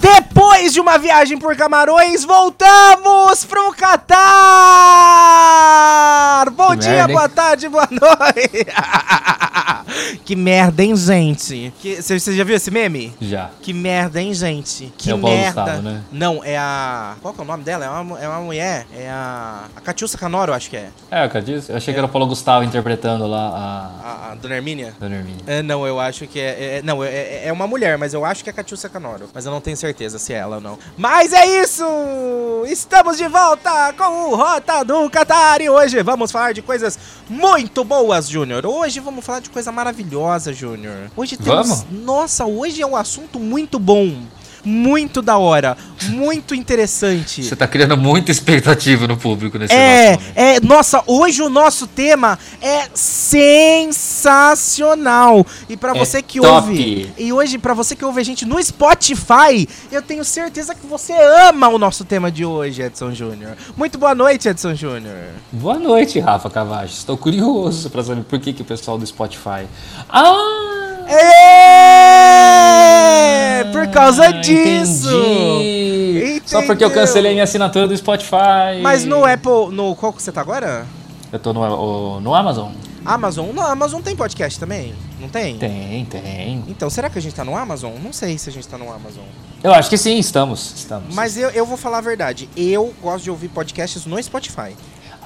Depois de uma viagem por Camarões, voltamos pro Catar! Bom Que dia, merda, hein? boa tarde, boa noite! que merda, hein, gente? Que- Você você já viu esse meme? Já. Que merda, hein, gente? Que É o Paulo merda. Gustavo, né? Não, é a. Qual que é o nome dela? É uma, mu- é uma mulher. É a. A Catiussa Canoro, eu acho que é. É, o que eu disse? Eu achei que era o Paulo Gustavo interpretando lá a A, a Dona Hermínia. Dona Hermínia. É, não, eu acho que é. é- não, é- é, é uma mulher, mas eu acho que é a Catiúcia Canoro. Mas eu não tenho certeza se é ela ou não. Mas é isso! Estamos de volta com o Rota do Catar e hoje vamos falar de coisas muito boas, Júnior. Hoje vamos falar de coisa maravilhosa, Júnior. Hoje temos. Vamos? Nossa, hoje é um assunto muito bom. Muito da hora, muito interessante. Você tá criando muita expectativa no público nesse É, negócio, né? é, nossa, hoje o nosso tema é sensacional. E pra É você que top. ouve, e hoje pra você que ouve a gente no Spotify, eu tenho certeza que você ama o nosso tema de hoje, Edson Júnior. Muito boa noite, Edson Júnior. Boa noite, Rafa Cavacho. Estou curioso pra saber por que, que o pessoal do Spotify. Ah! É, por Ah, causa disso. Entendi. Só porque eu Entendeu? cancelei minha assinatura do Spotify. Mas é- no Apple, no qual que você tá agora? Eu tô no, o- no Amazon. Amazon? Não, Amazon tem podcast também? Não tem? Tem, tem. Então, será que a gente tá no Amazon? Não sei se a gente tá no Amazon. Eu acho que sim, estamos. Estamos. Mas eu, eu vou falar a verdade. Eu gosto de ouvir podcasts no Spotify.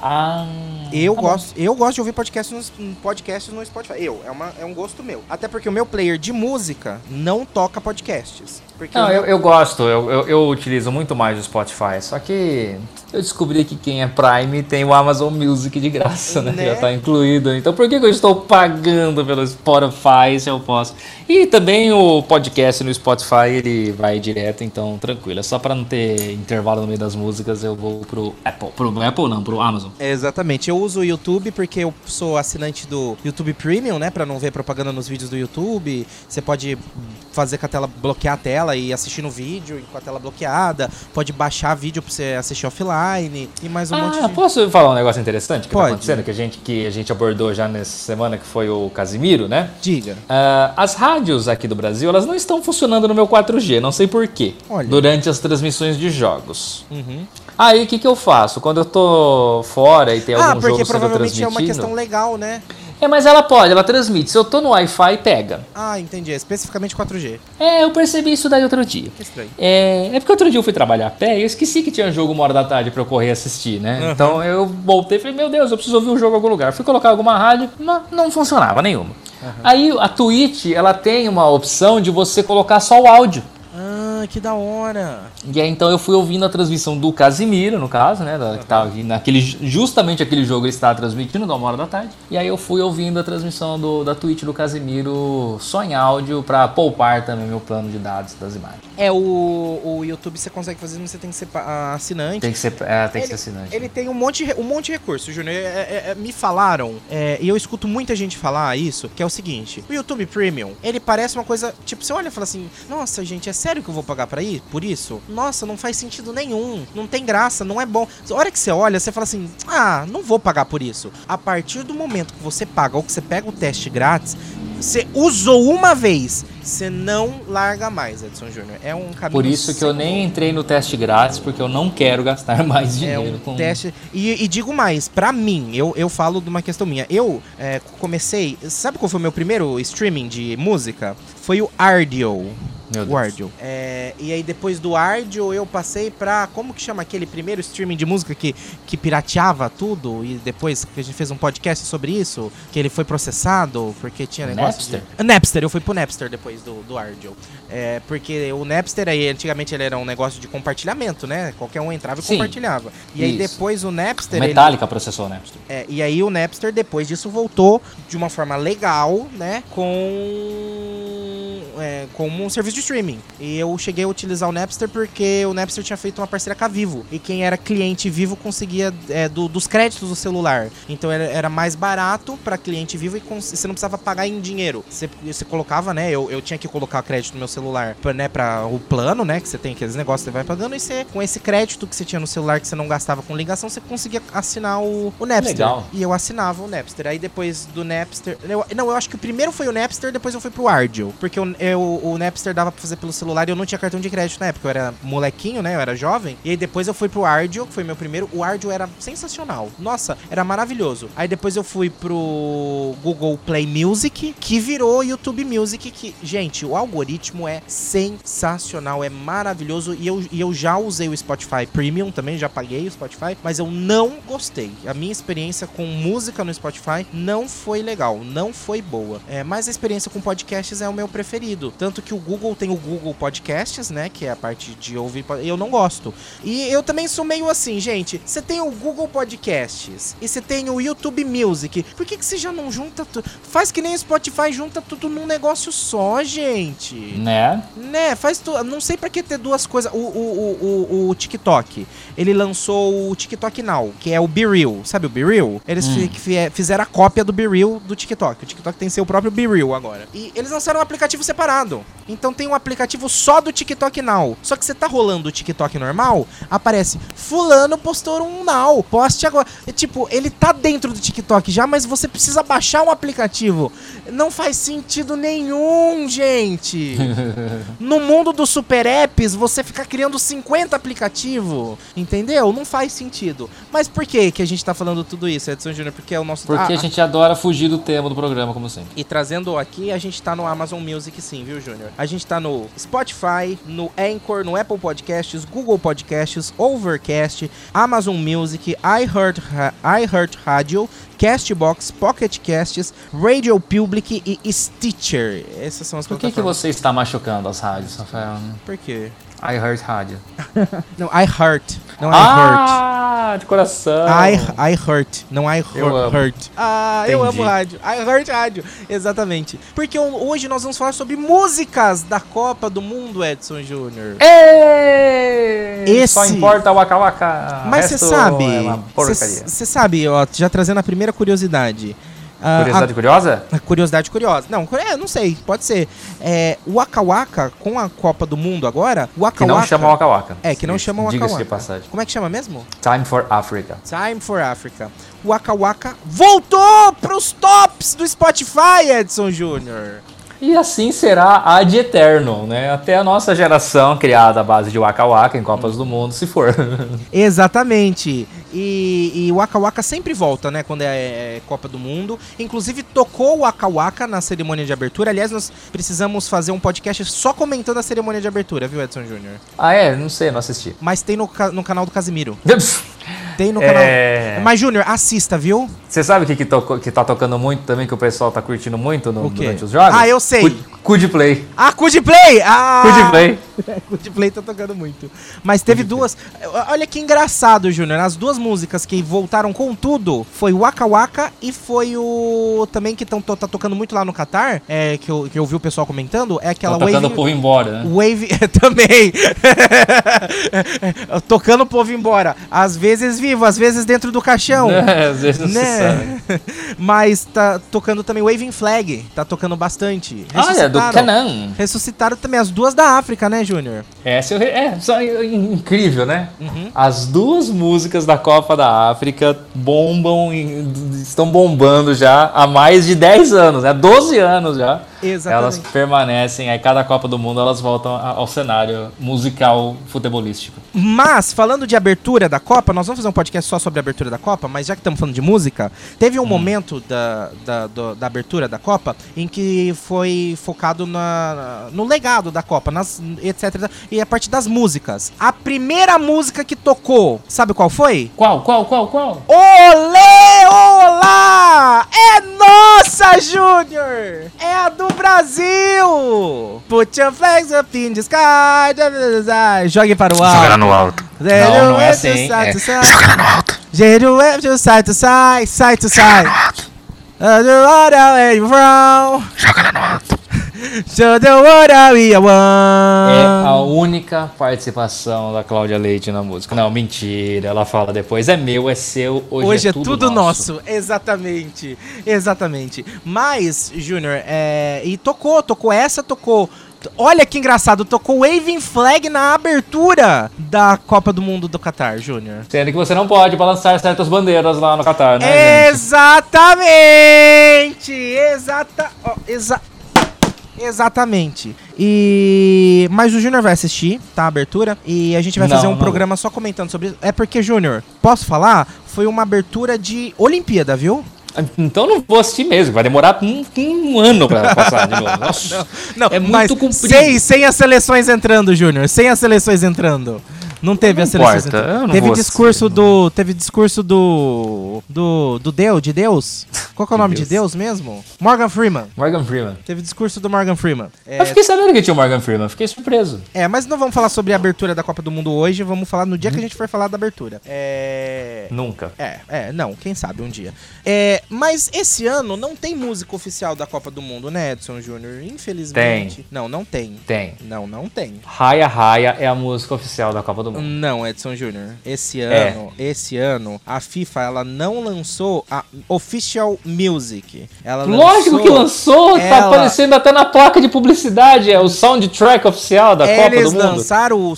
Ah, Eu, tá bom. gosto, eu gosto de ouvir podcasts no, podcasts no Spotify. Eu, é, uma- é um gosto meu. Até porque o meu player de música não toca podcasts. Porque Não, eu- eu, eu gosto, eu, eu, eu utilizo muito mais o Spotify, só que eu descobri que quem é Prime tem o Amazon Music de graça, né? Né? Já tá incluído. Então por que, que eu estou pagando pelo Spotify se eu posso? E também o podcast no Spotify ele vai direto, então tranquilo. É só pra não ter intervalo no meio das músicas, eu vou pro Apple. Pro Apple não, pro Amazon. É, Exatamente. Eu uso o YouTube porque eu sou assinante do YouTube Premium, né? Pra não ver propaganda nos vídeos do YouTube. Você pode fazer com a tela, bloquear a tela e assistir no vídeo e com a tela bloqueada. Pode baixar vídeo pra você assistir offline. E mais um monte Ah, de... posso falar um negócio interessante que Pode. tá acontecendo, que a, gente, que a gente abordou já nessa semana, que foi o Casimiro, né? Diga. Ah, as rádios aqui do Brasil, elas não estão funcionando no meu 4G, não sei porquê. Olha. Durante as transmissões de jogos. Uhum. Aí o que, que eu faço? Quando eu tô fora e tem algum Ah, porque jogo tá sendo provavelmente é uma transmitido- questão legal, né? É, mas ela pode, ela transmite. Se eu tô no Wi-Fi, pega. Ah, entendi. É Especificamente 4G. É, eu percebi isso daí outro dia. Que estranho. É, é porque outro dia eu fui trabalhar a pé e eu esqueci que tinha jogo uma hora da tarde pra eu correr e assistir, né? Então eu voltei e falei, meu Deus, eu preciso ouvir um jogo em algum lugar. Fui colocar alguma rádio, mas não funcionava nenhuma. Aí a Twitch, ela tem uma opção de você colocar só o áudio. Ah, que da hora. E aí então eu fui ouvindo a transmissão do Casimiro, no caso, né? da- que tava aqui naquele, justamente aquele jogo ele estava transmitindo, da uma hora da tarde. E aí eu fui ouvindo a transmissão do, da Twitch do Casimiro só em áudio pra poupar também meu plano de dados das imagens. É, o, o YouTube você consegue fazer, mas você tem que ser pa- ah, assinante. Tem que ser, é, tem que Ele- ser assinante. Ele tem um monte, de re- um monte de recurso, Júnior. É, é, é, me falaram, é, e eu escuto muita gente falar isso, que é o seguinte: o YouTube Premium, ele parece uma coisa. Tipo, você olha e fala assim: nossa, gente, é sério que eu vou pagar pra ir por isso? Nossa, não faz sentido nenhum. Não tem graça, não é bom. A hora que você olha, você fala assim: ah, não vou pagar por isso. A partir do momento que você paga ou que você pega o teste grátis, você usou uma vez. Você não larga mais, Edson Júnior. É um caminho. Por isso que eu sem nem entrei no teste grátis, porque eu não quero gastar mais É dinheiro um com. teste. E, e digo mais, pra mim, eu, eu falo de uma questão minha. Eu é, comecei. Sabe qual foi o meu primeiro streaming de música? Foi o Ardio. Meu O Deus. Ardio. É, e aí depois do Ardio eu passei pra. Como que chama aquele primeiro streaming de música que, que pirateava tudo? E depois que a gente fez um podcast sobre isso, que ele foi processado porque tinha negócio. de- Napster? Napster, eu fui pro Napster depois do, do Ardio. É, porque o Napster aí, antigamente ele era um negócio de compartilhamento, né? Qualquer um entrava e Sim. compartilhava. E aí Isso. depois o Napster. ele- Metallica processou, né? é, e aí o Napster, depois disso, voltou de uma forma legal, né? Com. é, né, como um serviço de streaming. E eu cheguei a utilizar o Napster porque o Napster tinha feito uma parceria com a Vivo. E quem era cliente Vivo conseguia é, do- dos créditos do celular. Então era, era mais barato para cliente Vivo e cons- você não precisava pagar em dinheiro. Você, você colocava, né? Eu, eu tinha que colocar crédito no meu celular, pra, né, para o plano, né, que você tem aqueles negócios que você vai pagando e você com esse crédito que você tinha no celular que você não gastava com ligação, você conseguia assinar o, o Napster. Legal. E eu assinava o Napster. Aí depois do Napster. eu- não, eu acho que o primeiro foi o Napster, depois eu fui pro Ardil. Porque eu, eu- o Napster dava pra fazer pelo celular e eu não tinha cartão de crédito na época. Eu era molequinho, né? Eu era jovem. E aí depois eu fui pro Ardil, que foi meu primeiro. O Ardil era sensacional. Nossa, era maravilhoso. Aí depois eu fui pro Google Play Music, que virou YouTube Music. Que, gente, o algoritmo é sensacional, é maravilhoso. E eu, e eu já usei o Spotify Premium também, já paguei o Spotify, mas eu não gostei. A minha experiência com música no Spotify não foi legal, não foi boa. É, mas a experiência com podcasts é o meu preferido. Tanto que o Google tem o Google Podcasts, né? Que é a parte de ouvir. po- Eu não gosto. E eu também sou meio assim, gente. Você tem o Google Podcasts e você tem o YouTube Music. Por que, que você já não junta tudo? Faz que nem o Spotify, junta tudo num negócio só, gente. Né? Né, faz tu... Não sei pra que ter duas coisas. O, o, o, o, o TikTok. Ele lançou o TikTok Now, que é o Be Real. Sabe o Be Real? Eles fi- fi- fizeram a cópia do Be Real do TikTok. O TikTok tem seu próprio Be Real agora. E eles lançaram um aplicativo separado. Então tem um aplicativo só do TikTok Now. Só que você tá rolando o TikTok normal, aparece fulano postou um Now, poste agora. É, tipo, ele tá dentro do TikTok já, mas você precisa baixar um aplicativo. Não faz sentido nenhum, gente. No mundo dos super apps, você fica criando 50 aplicativos, entendeu? Não faz sentido. Mas por que que a gente tá falando tudo isso, Edson Júnior? Porque é o nosso... Porque Ah, a gente adora fugir do tema do programa, como sempre. E trazendo aqui, a gente tá no Amazon Music sim, viu, Júnior? A gente tá no Spotify, no Anchor, no Apple Podcasts, Google Podcasts, Overcast, Amazon Music, iHeart, iHeart Radio, Castbox, Pocket Casts, Radio Public e Stitcher. Essas são as Por que, que plataformas. você está machucando as rádios, Rafael? Por quê? I Heart Rádio. Não, iHeart. Não é iHeart. ah, de coração. I, I hurt, não I hurt. Eu amo. hurt. Ah, eu Entendi. amo rádio. I hurt rádio, exatamente. Porque o- hoje nós vamos falar sobre músicas da Copa do Mundo, Edson Júnior. Ei! Esse- Só importa o Waka Waka. Mas O você resto sabe, É uma porcaria. você sabe, ó, já trazendo a primeira curiosidade. Ah, Curiosidade curiosa? a- a curiosidade curiosa. Não, é, não sei, pode ser. É, o Waka Waka, com a Copa do Mundo agora, o Waka Que não Waka- chama Waka Waka. É, que não chama Waka Diga-se Waka. de passagem. Como é que chama mesmo? Time for Africa. Time for Africa. O Waka Waka voltou pros tops do Spotify, Edson Júnior. E assim será ad eterno, né? Até a nossa geração, criada à base de Waka Waka em Copas do Mundo, se for. Exatamente. E, e o Waka Waka sempre volta, né? Quando é, é Copa do Mundo. Inclusive, tocou o Waka Waka na cerimônia de abertura. Aliás, nós precisamos fazer um podcast só comentando a cerimônia de abertura, viu, Edson Júnior? ah, é? Não sei, não assisti. Mas tem no, ca- no canal do Casimiro. Você Tem no É. canal. Mas, Júnior, assista, viu? sabe o que, que, tocou- que tá tocando muito também, que o pessoal tá curtindo muito no, O quê? durante os jogos? Ah, eu sei. Cu- Cu de play. Ah, Cud Play! Ah! Cu de play. Good Play tá tocando muito. Mas teve duas. Olha que engraçado, Júnior. As duas músicas que voltaram com tudo foi o Waka Waka e foi o. Também que tão, to- tá tocando muito lá no Qatar, é, que, eu, que eu vi o pessoal comentando, é aquela Tá tocando o Wave. povo embora, né? Wave também. tocando o povo embora. Às vezes vivo, às vezes dentro do caixão É, às vezes não se sabe. né? Mas tá tocando também Waving Flag, tá tocando bastante. Olha, Ah, é, do Ressuscitaram. Canan. Ressuscitaram também as duas da África, né, Júnior? É, se eu re- é, só in- in- incrível, né? Uhum. As duas músicas da Copa da África bombam, em- estão bombando já há mais de 10 anos, né? 12 anos já. Exatamente. Elas permanecem, aí cada Copa do Mundo elas voltam a- ao cenário musical futebolístico. Mas, falando de abertura da Copa, nós vamos fazer um podcast só sobre a abertura da Copa, mas já que estamos falando de música, teve um momento da, da, do- da abertura da Copa em que foi focado na, no legado da Copa, nas, etc. E a parte das músicas. A primeira música que tocou, sabe qual foi? Qual, qual, qual, qual? Olê, olá! É nossa, Júnior! É a do Brasil! Put your flags up in the sky! da, da, da, da. Jogue para o Ah. alto! Jogar no alto! Não, não é assim, é. Jogar no alto! Jerusalém, to side to side, side to side! Jogar no alto! Jogar no alto! Show the what I want. É a única participação da Cláudia Leite na música. Não, mentira. Ela fala depois: é meu, é seu, hoje, Hoje é tudo, nosso. Exatamente. Exatamente. Mas, Júnior, é, e tocou, tocou essa, tocou. Olha que engraçado, tocou Waving Flag na abertura da Copa do Mundo do Qatar, Júnior. Sendo que você não pode balançar certas bandeiras lá no Catar, É, né? gente? Exatamente! Exata, ó, exa- exatamente. E mas o Júnior vai assistir, tá a abertura e a gente vai Não, fazer um não. programa só comentando sobre isso. É porque Júnior, posso falar? Foi uma abertura de Olimpíada, viu? Então não vou assistir mesmo. Vai demorar um, um ano pra passar de novo. Nossa. é muito mas comprido. Sem, sem as seleções entrando, Júnior. Sem as seleções entrando. Não teve Não as seleções importa, eu entrando. não Teve vou discurso assistir, do. Teve discurso do. Do. Do Deus, de Deus? Qual que é o De nome de Deus. Deus mesmo? Morgan Freeman. Morgan Freeman. Teve discurso do Morgan Freeman. É, Eu fiquei sabendo que tinha o Morgan Freeman. Fiquei surpreso. é, mas não vamos falar sobre a abertura da Copa do Mundo hoje, vamos falar no dia que a gente for falar da abertura. Uhum. É. Nunca. É, é, não, quem sabe um dia. É, mas esse ano não tem música oficial da Copa do Mundo, né, Edson Júnior? Infelizmente. Não, não tem. Tem. Não, não tem. Raya Raya é a música oficial da Copa do Mundo. Não, Edson Júnior. Esse É. ano, esse ano, a FIFA ela não lançou a Official Music. Ela Lógico que lançou, tá Hum, Ela- aparecendo até na placa de publicidade, é o soundtrack oficial da Copa Eles do Mundo. lançaram o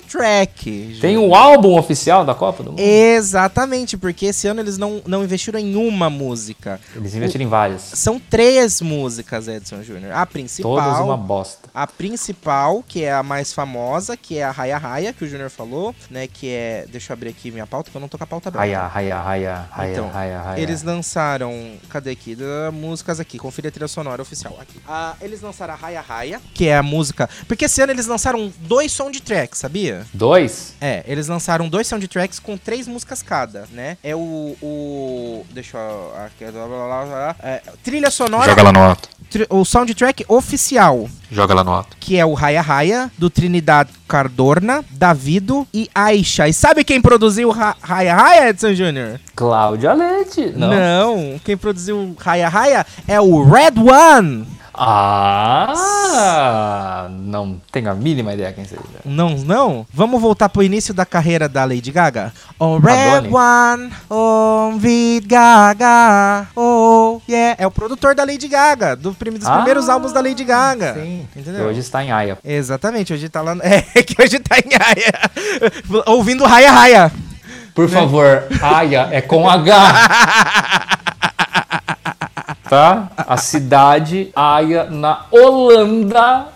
soundtrack. Tem Júnior. o álbum oficial da Copa do Mundo. Exatamente, porque esse ano eles não, não investiram em uma música. Eles investiram em várias. São três músicas, Edson Júnior. A principal. Todas uma bosta. A principal, que é a mais famosa, que é a Raya Raya, que o Júnior falou, né? Que é. Deixa eu abrir aqui minha pauta, que eu não tô com a pauta aberta. Raya, Raya, Raya, Raya, Então, Raya, Raya. Eles lançaram. Cadê aqui? Ah, Músicas aqui. Confira a trilha sonora oficial. Aqui. Ah, eles lançaram a Raya Raya, que é a música. Porque esse ano eles lançaram dois soundtracks, sabia? Dois? É, eles lançaram dois soundtracks com três músicas cada, né? É o. o deixa eu. Aqui, blá, blá, blá, blá. É, trilha sonora. lá no alto. tri- o soundtrack oficial, Joga lá no alto. que é o Raya Raya, do Trinidad Cardorna, Davido e Aisha. E sabe quem produziu o Ra- Raya Raya, Edson Júnior? Cláudia Leite. Não. Não, quem produziu Raya Raya é o Red One. Ah! Não tenho a mínima ideia quem seja. Não, não? Vamos voltar pro início da carreira da Lady Gaga? Oh, Red Adone. One, oh, with Gaga, oh, yeah. É o produtor da Lady Gaga, do prim- dos Ah, primeiros álbuns da Lady Gaga. Sim. Entendeu? Hoje está em Aya. Exatamente, hoje tá lá... no- É, que hoje tá em Raya. Ouvindo Raya Raya. Né? Por favor, Aya é com H. Tá? A cidade Aya na Holanda,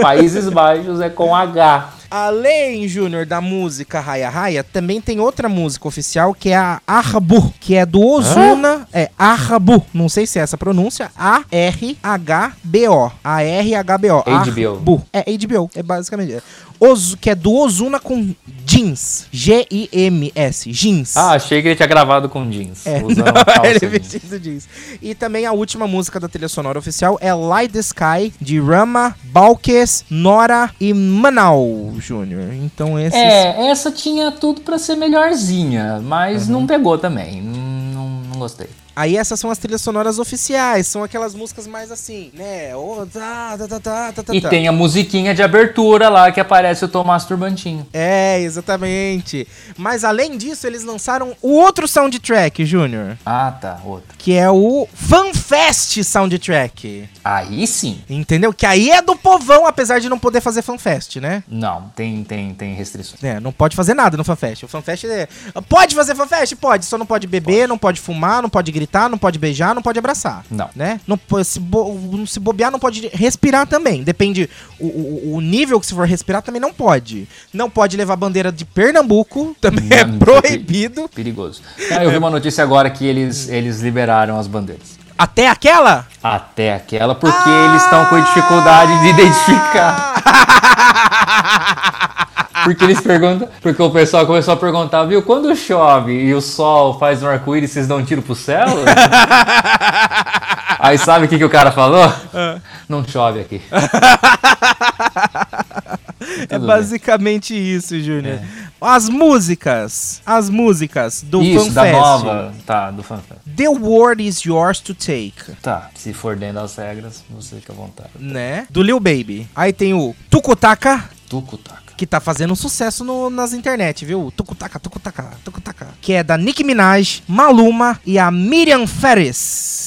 Países Baixos, é com H. Além, Júnior, da música Raya Raya, também tem outra música oficial que é a Arrabu, que é do Ozuna. É Arrabu, não sei se é essa a pronúncia. A-R-H-B-O. A-R-H-B-O. HBO. Arbu. É HBO, é basicamente. Ozu, que é do Ozuna com jeans. G-I-M-S. Jeans. Ah, achei que ele tinha gravado com jeans. É, usando não, uma calça ele jeans. vestido jeans. E também a última música da trilha sonora oficial é Light the Sky, de Rama, Balkes, Nora e Manal Júnior. Então esses... É, essa tinha tudo pra ser melhorzinha, mas Uhum. não pegou também. Hum, Não, não gostei. Aí essas são as trilhas sonoras oficiais, são aquelas músicas mais assim, né? Oh, tá, tá, tá, tá, tá, tá, E tá. tem a musiquinha de abertura lá que aparece o Tom Masturbantinho. É, exatamente. Mas além disso, eles lançaram o outro soundtrack, Júnior, Ah, tá, outra. que é o FanFest soundtrack. Aí sim. Entendeu? Que aí é do povão, apesar de não poder fazer FanFest, né? Não, tem, tem, tem restrições. É, não pode fazer nada no fanfest. O fanfest é. Pode fazer fanfest? Pode. Só não pode beber, não pode fumar, não pode gritar, não pode beijar, não pode abraçar. Não. Né? Não, po- se, bo- se bobear, não pode respirar também. Depende. O, o- o nível que se for respirar também não pode. Não pode levar bandeira de Pernambuco, também é Não, proibido. Perigoso. Ah, É. eu vi uma notícia agora que eles, eles liberaram as bandeiras. Até aquela? Até aquela, porque Ah! eles estão com dificuldade de identificar. Porque eles perguntam. Porque o pessoal começou a perguntar, viu, quando chove e o sol faz um arco-íris, vocês dão um tiro pro céu? Aí sabe o que, que o cara falou? Ah. Não chove aqui. É Tudo É basicamente É isso, Júnior. As músicas. As músicas do Isso, FanFest. da nova. Tá, do fanfest. The World is Yours to Take, Tá, se for dentro das regras, você fica à vontade. né? Do Lil Baby. Aí tem o Tucutaca, Tucutaca. que tá fazendo um sucesso no- nas internet, viu? Tucutaca, Tucutaca, Tucutaca. Que é da Nicki Minaj, Maluma e a Miriam Ferris.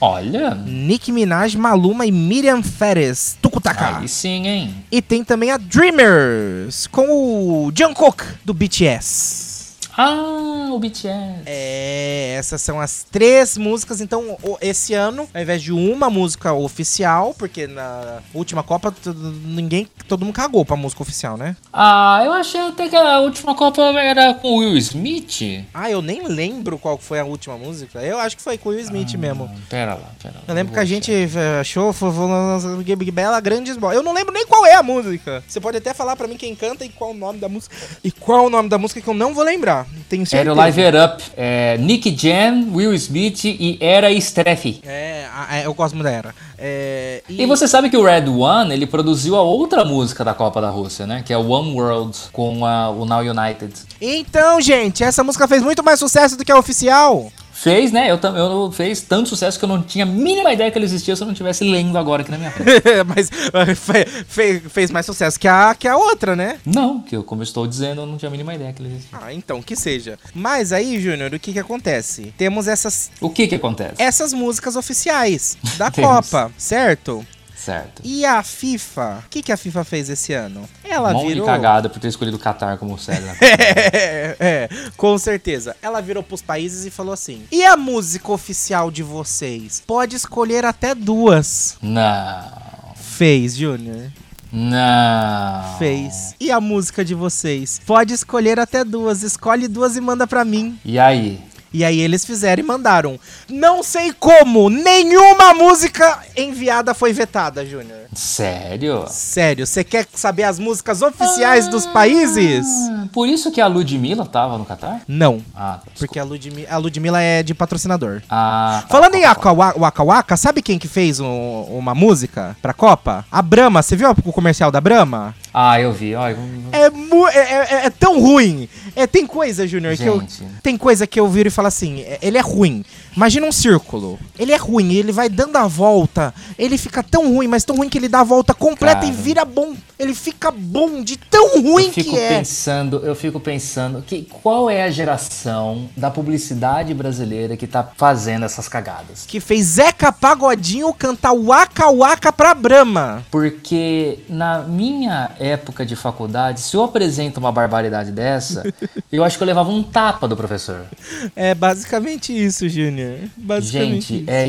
Olha, Nicki Minaj, Maluma e Miriam Ferris. Tucutaca. aí sim, hein? E tem também a Dreamers, com o Jungkook, do BTS. Ah, o BTS. É, essas são as três músicas. Então, o- esse ano, ao invés de uma música oficial, porque na última Copa t- ninguém, todo mundo cagou pra música oficial, né? Ah, eu achei até que a última Copa era com o Will Smith. Ah, eu nem lembro qual foi a última música. Eu acho que foi com o Will Smith mesmo. Pera lá, pera lá. Eu lembro que a Ah, vou gente eh, achou foi- foi uma Big Bela Grandes Bolas. Eu não lembro nem qual é a música. Você pode até falar pra mim quem canta e qual o nome da música. E qual o nome da música que eu não vou lembrar. Tenho achar. certeza. Era o Live It Up. É, Nick Jam, Will Smith e Era Streff. É, a- é, eu gosto muito da era. É, E você sabe que o Red One, ele produziu a outra música da Copa da Rússia, né? Que é One World com a- o Now United. Então, gente, essa música fez muito mais sucesso do que a oficial. Fez, né? Eu, tam- eu não- fez tanto sucesso que eu não tinha a mínima ideia que ele existia se eu não estivesse lendo agora aqui na minha frente. Mas eh, fe- fe- fez mais sucesso que a, que a outra, né? não, que eu, como eu estou dizendo, eu não tinha a mínima ideia que ele existia. Ah, então, que seja. Mas aí, Júnior, o que que acontece? Temos essas, O que que acontece? essas músicas oficiais da Temos. Copa, certo? Certo. E a FIFA? O que que a FIFA fez esse ano? Ela Um monte de virou... cagada por ter escolhido o Qatar como né? sede da Copa. É, é, com certeza. Ela virou pros países e falou assim: E a música oficial de vocês? Pode escolher até duas. Não. Fez, Júnior. Não. Fez. E a música de vocês? Pode escolher até duas. Escolhe duas e manda pra mim. E aí? E aí eles fizeram e mandaram. Não sei como, nenhuma música enviada foi vetada, Júnior. Sério? Sério, você quer saber as músicas oficiais dos países? Ah, Por isso que a Ludmilla tava no Qatar? Não. Ah, tá. Porque a Ludmi- a Ludmilla, é de patrocinador. Ah, tá. Falando em Waka Wa- Waka Waka, sabe quem que fez um- uma música pra Copa? A Brahma, você viu o comercial da Brahma? Ah, eu vi. Olha, eu- É, mu- é- é- é tão ruim. É, tem coisa, Júnior, que eu. Gente. Tem coisa que eu viro e falo assim: é- ele é ruim. Imagina um círculo. Ele é ruim, ele vai dando a volta. Ele fica tão ruim, mas tão ruim que ele dá a volta completa Cara. e vira bom. Ele fica bom de tão ruim eu fico que é. pensando, eu fico pensando que qual é a geração da publicidade brasileira que tá fazendo essas cagadas? Que fez Zeca Pagodinho cantar Waka Waka pra Brahma. Porque na minha época de faculdade, se eu apresento uma barbaridade dessa, eu acho que eu levava um tapa do professor. É basicamente isso, Júnior. Basicamente Gente, é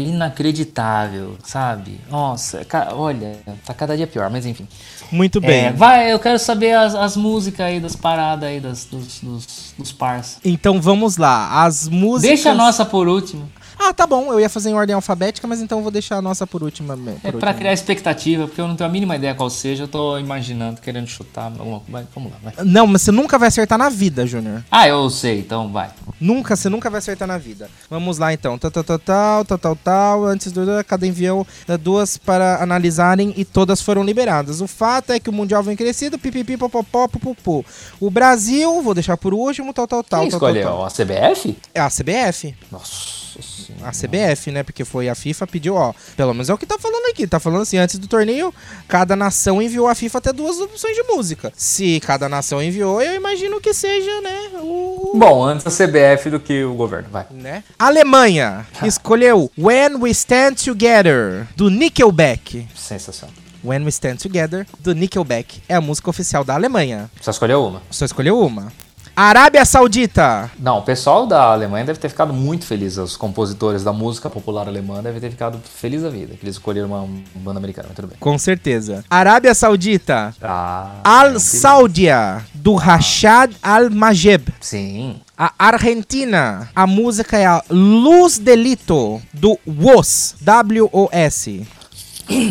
inacreditável, sabe? Nossa, ca- olha, tá cada dia pior, mas enfim. Muito É, vai, eu quero saber as, as músicas aí das paradas aí, das, dos, dos, dos parça. Então vamos lá. As músicas. Deixa a nossa por último. Ah, tá bom. Eu ia fazer em ordem alfabética, mas então eu vou deixar a nossa por última. me- É por pra última. criar expectativa, porque eu não tenho a mínima ideia qual seja, eu tô imaginando, querendo chutar. alguma- vai, vamos lá, vai. Não, mas você nunca vai acertar na vida, Júnior. Ah, eu sei, então vai. Nunca, você nunca vai acertar na vida. Vamos lá então. Tal, tal, tal, tal, tal, tal, tal. Antes do cada enviou eh, duas para analisarem e todas foram liberadas. O fato é que o Mundial vem crescido, pipipi, popopó, pupupô. O Brasil, vou deixar por último, tal, tal, tal, Quem tal, tal, escolheu? tal. A CBF? É a CBF. Nossa senhora. A CBF, né? Porque foi a FIFA pediu, ó. Pelo menos é o que tá falando aqui. Tá falando assim, antes do torneio, cada nação enviou a FIFA até duas opções de música. Se cada nação enviou, eu imagino que seja, né? O. Bom, antes a CBF do que o governo, vai. Né? Alemanha escolheu When We Stand Together, do Nickelback. Sensacional. When We Stand Together, do Nickelback. É a música oficial da Alemanha. Só escolheu uma. Só escolheu uma. Arábia Saudita. Não, o pessoal da Alemanha deve ter ficado muito feliz. Os compositores da música popular alemã devem ter ficado feliz da vida, que eles escolheram uma uma banda americana, mas tudo bem. Com certeza. Arábia Saudita. Ah, Al não, Saudia, do Rashad Al-Majeb. Sim. A Argentina, a música é a Luz Delito, do WOS, W-O-S.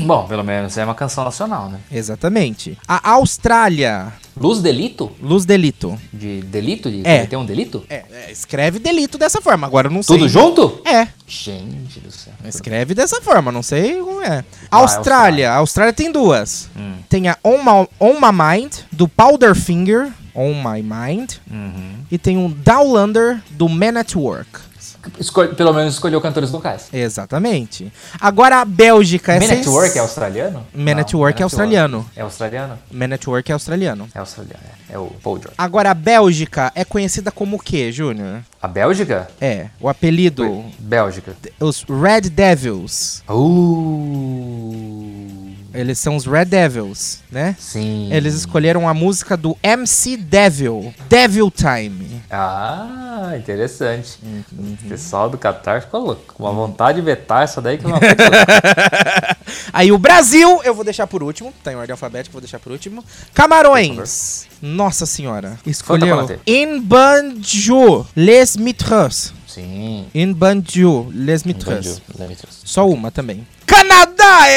Bom, pelo menos é uma canção nacional, né? Exatamente. A Austrália, Luz Delito? Luz Delito. De delito? De É. Tem um delito? É, é, escreve delito dessa forma, agora eu não sei. Tudo junto? É, Gente do céu. escreve dessa forma, não sei como é. Austrália, Austrália. Hum. a Austrália tem duas. Tem a On My, On My Mind, do Powderfinger. On My Mind. Hum. Uhum. E tem um Dowlander do Man at Work. Escol- pelo menos escolheu cantores locais. Exatamente. Agora a Bélgica é Man at sens- Work é australiano? Man Não, at Work é australiano. É australiano? Man at Work é australiano. É australiano, é. É o Paul George. Agora a Bélgica é conhecida como o quê, Júnior? A Bélgica? É, o apelido. Bélgica. Os Red Devils. Uh, Eles são os Red Devils, né? sim. Eles escolheram a música do MC Devil, Devil Time. Ah, interessante. O pessoal do Qatar ficou louco. com Uma vontade de vetar essa daí que é uma puta loucura. Aí o Brasil, eu vou deixar por último, tá em ordem alfabética, vou deixar por último. Camarões. Nossa senhora. pra Escolheu bater. Inbanjo Les Mitras. Sim. Inbanjo Les Mitras. Entendi. Lembra disso. Só uma também. Canadá,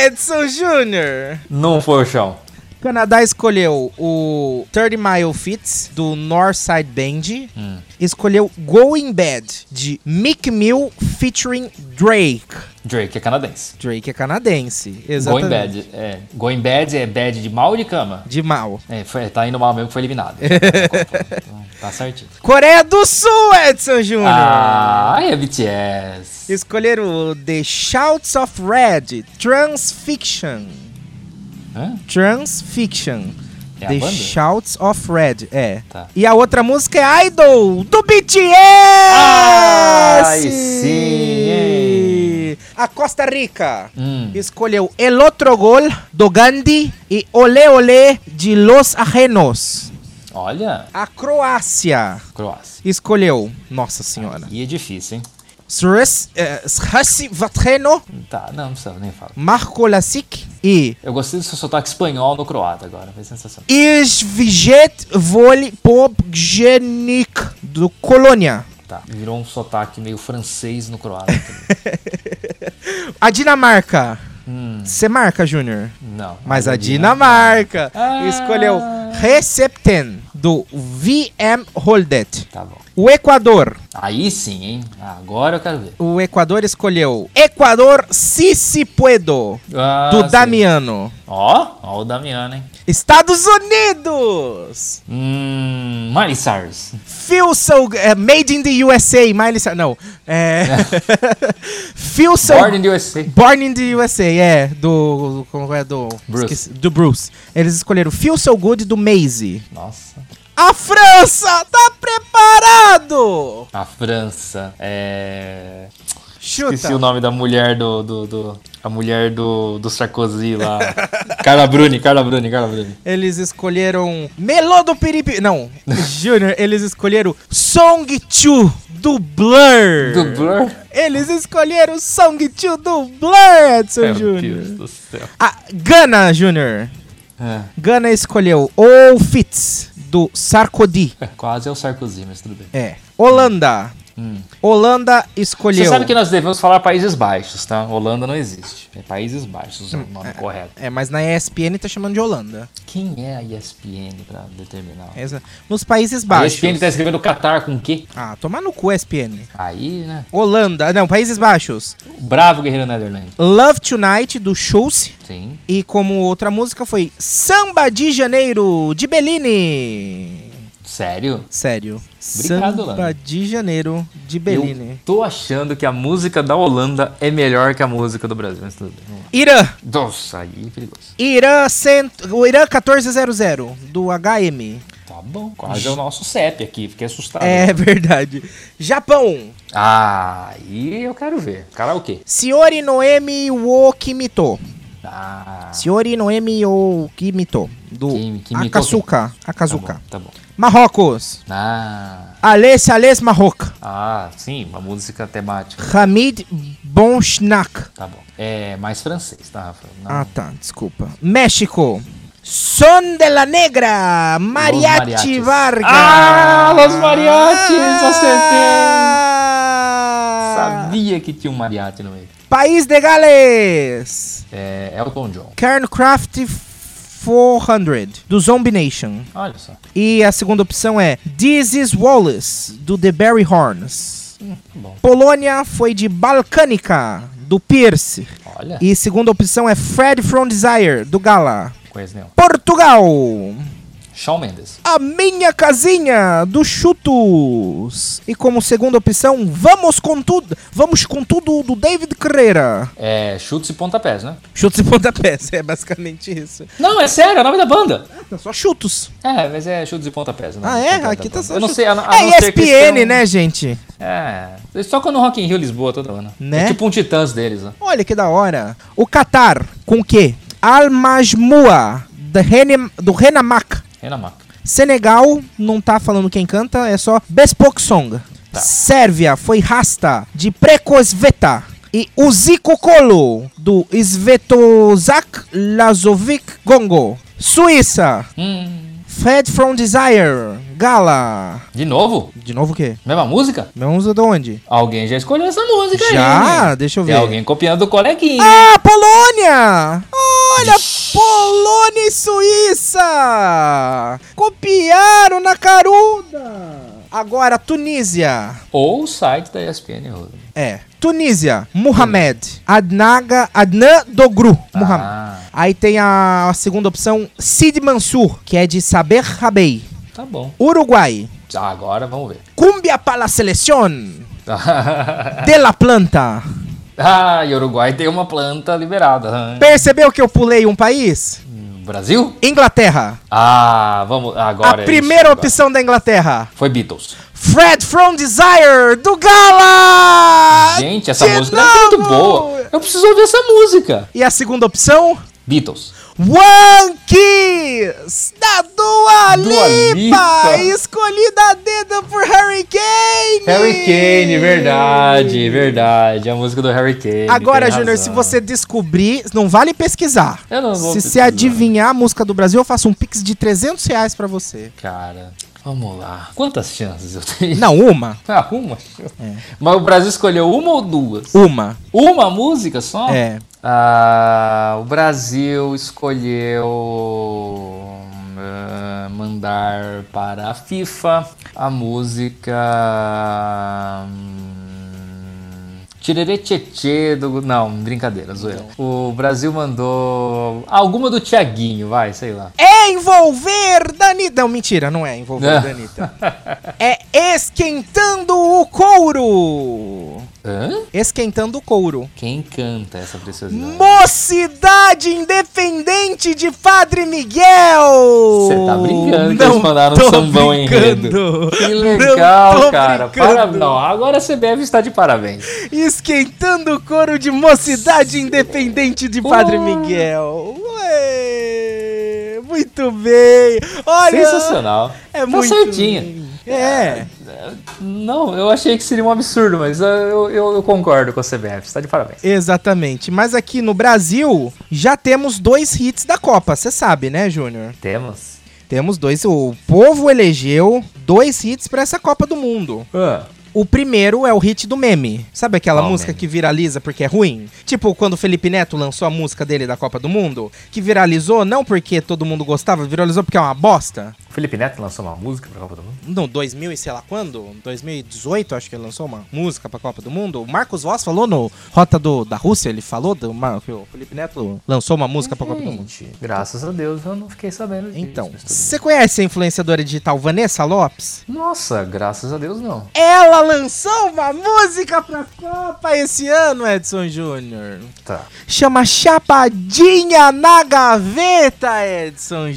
Edson Júnior. Não foi o chão. Canadá escolheu o 30 Mile Fits do Northside Band. Hum. Escolheu Going Bad de Mick Mill featuring Drake. Drake é canadense. Drake é canadense. Going Exatamente. bad. É. Going bad é bad de mal ou de cama? De mal. É, foi- tá indo mal mesmo que foi eliminado. Então, tá certinho. Coreia do Sul, Edson Júnior. Ah, é BTS. Escolheram o The Shouts of Red, Transfiction. Hã? Transfiction. É a The banda? Shouts of Red, é. Tá. E a outra música é Idol, do BTS! Ai, sim, hein? A Costa Rica Hum. escolheu El Otro Gol, do Gandhi, e Olé Olé, de Los Ajenos. Olha, A Croácia Croácia. escolheu, nossa senhora, E é difícil, hein? Sres- eh, Srasi Vatreno, Tá, não, não precisa, nem fala. Marko Lasic e Eu gostei do seu sotaque espanhol no croata agora, foi sensacional. Isvijet Voli Popgenik, do Colônia. Tá, virou um sotaque meio francês no croata. também. A Dinamarca. Hum. Você marca, Júnior. Não. Mas a Dina- Dinamarca Ah. escolheu Recepten, do VM Holdet. Tá bom. O Equador. Aí sim, hein? Agora eu quero ver. O Equador escolheu Equador Sisipuedo, Ah, do sim. Damiano. Ó, ó o Damiano, hein? Estados Unidos! Hum. Miley Cyrus. Feel so... g- é, made in the USA, Miley Cyrus. Não. É... Feel so... Born in the USA. Born in the USA, é, do. Como é do. Bruce. esqueci- do Bruce. Eles escolheram Feel So Good do Maze. Nossa. A França tá preparado! A França. É. Esqueci o Chuta! nome da mulher do. do, do- a mulher do, do Sarkozy lá. Carla Bruni, Carla Bruni, Carla Bruni. Eles escolheram Melô do Piripi. Não, Júnior, eles escolheram Song Chu do Blur. Do Blur? Eles escolheram Song Chu do Blur, Edson Meu Deus Júnior. do céu. Ah, Gana, Júnior. É, Gana escolheu O Fitz do Sarkozy. quase é o Sarkozy, mas tudo bem. É. Holanda. Hum. Holanda Você escolheu. sabe que nós devemos falar Países Baixos, tá? Holanda não existe. É Países Baixos é o nome correto. É, mas na ESPN tá chamando de Holanda. Quem é a ESPN pra determinar? Essa- Nos Países A Baixos. ESPN tá escrevendo Qatar com o quê? Ah, tomar no cu, ESPN. Aí, né? Holanda. Não, Países Baixos. O Bravo Guerreiro Netherland. Love Tonight, do Schultz. Sim. E como outra música foi Samba de Janeiro, de Bellini. Sério? Sério. Obrigado, Samba Holanda. de Janeiro, de Eu Bellini. tô achando que a música da Holanda é melhor que a música do Brasil, mas tudo bem. Vamos lá. Irã. Nossa, aí é perigoso. Irã, cent... o Irã 1400, do HM. Tá bom, quase é o nosso CEP aqui, fiquei assustado. É verdade. Japão. Ah, aí eu quero ver. Karaokê. Siori Noemi wo Kimito. Ah, Siori Noemi wo Kimito. Do Kim- Kimito. Akazuka. tá Akazuka. bom, tá bom. Marrocos. Ah, Alessia Ales Marroca. ah, sim, uma música temática. Hamid Bonchnak. Tá bom. É mais francês, tá, Rafa? Não. Ah tá, desculpa. México. Son de la Negra. Mariachi mariachis. Vargas. Ah, Los Ah! Mariachis, acertei! Ah! acertei. Sabia que tinha um mariachi no meio. País de Gales. É Elton John. Kerncraft 400, do Zombie Nation. Olha só. E a segunda opção é This is Wallace, do The Barry Horns. Hum, tá Bom, Polônia foi de Balcânica, do Pierce. olha. E segunda opção é Fred From Desire, do Gala. Coisa nenhuma. Portugal Shawn Mendes. A minha casinha dos chutos. E como segunda opção, vamos com tudo. Vamos com tudo do David Carreira. É, chutes e pontapés, né? Chutos e pontapés, é basicamente isso. Não, é sério, é o nome da banda. Tá Só chutos. É, mas é chutes e pontapés. Não Ah, é? Pontapés Aqui da tá banda. só Eu não chutos. sei, a, a não é ser que eles ESPN, tenham- né, gente? É, eles tocam no Rock in Rio Lisboa toda hora. Né? É tipo um Titãs deles, né? Olha que da hora. O Qatar, com o quê? Al-Majmua, da Renem- do Renamak. Renamac. Senegal, não tá falando quem canta, é só Bespok Song. Tá. Sérvia foi Rasta, de Prekosveta. E o Zico Kolo, do Svetozak Lazovic Gongo. Suíça, Hum, Fed From Desire, Gala. de novo? De novo o quê? Mesma música? Não usa de onde? Alguém já escolheu essa música aí. Já? né? Deixa eu Tem ver. alguém copiando o coleguinha. Ah, Polônia! Olha, Polônia e Suíça! Copiaram na caruda! Agora, Tunísia. Ou o site da ESPN. errou. É. Tunísia, Mohamed. Adnaga, Adnan Dogru. Mohamed. Aí tem a, a segunda opção, Sid Mansur, que é de Saber Rabei. Tá bom. Uruguai, Já agora vamos ver. Cumbia para a Seleción, De La Planta. ah, e Uruguai tem uma planta liberada. né? Hum, Percebeu que eu pulei um país? Brasil? Inglaterra. Ah, vamos. Agora. é a isso, primeira agora. opção da Inglaterra. Foi Beatles. Fred from Desire do Gala! Gente, essa Ah, De música é muito novo! boa. Eu preciso ouvir essa música. E a segunda opção? Beatles. One Kiss da Dua Dua Lipa, Lipa. escolhida a dedo por Harry Kane. Harry Kane, verdade, verdade. A música do Harry Kane. Agora, tem Júnior, razão. se você descobrir, não vale pesquisar. Eu não vou se você pesquisar. adivinhar a música do Brasil, eu faço um pix de 300 reais pra você. Cara, vamos lá. Quantas chances eu tenho? Não, uma. Ah, uma. Mas o Brasil escolheu uma ou duas? Uma. Uma música só? É. Ah, o Brasil escolheu ah, mandar para a FIFA a música. hum, Tirerê Tchê do. Não, brincadeira, zoeira. O Brasil mandou. Alguma do Tiaguinho, vai, sei lá. É Envolver Danita. Não, mentira, não é envolver Não. Danita. É esquentando o couro. Hã? Esquentando o couro. Quem canta essa preciosidade? Mocidade Independente de Padre Miguel! Você tá brincando que eles mandaram tô um sambão brincando. enredo. Que Não legal, tô cara. brincando. Parabéns. Não, agora a CBF está de parabéns. Esquentando o couro de Mocidade Independente de Padre Ué. Miguel. Ué, muito bem. ah, Olha, Sensacional. É tá muito certinho. bem. É. Não, eu achei que seria um absurdo, mas ah, eu, eu, eu concordo com a CBF. Está tá de parabéns. Exatamente. Mas aqui no Brasil já temos dois hits da Copa, você sabe, né, Júnior? Temos. Temos dois. O povo elegeu dois hits pra essa Copa do Mundo. Ah, O primeiro é o hit do meme. Sabe aquela Qual música meme? que viraliza porque é ruim? Tipo quando o Felipe Neto lançou a música dele da Copa do Mundo, que viralizou não porque todo mundo gostava, viralizou porque é uma bosta. o Felipe Neto lançou uma música pra Copa do Mundo? Não, 2000 e sei lá quando? 2018, acho que ele lançou uma música pra Copa do Mundo. O Marcos Voss falou no Rota do, da Rússia, ele falou do, Mar- que o Felipe Neto lançou uma música pra Copa do Mundo. Gente, graças a Deus eu não fiquei sabendo disso. Então, mas tudo você conhece a influenciadora digital Vanessa Lopes? bem. Nossa, graças a Deus não. Ela lançou uma música pra Copa esse ano, Edson Júnior. Tá. Chama Chapadinha na Gaveta, Edson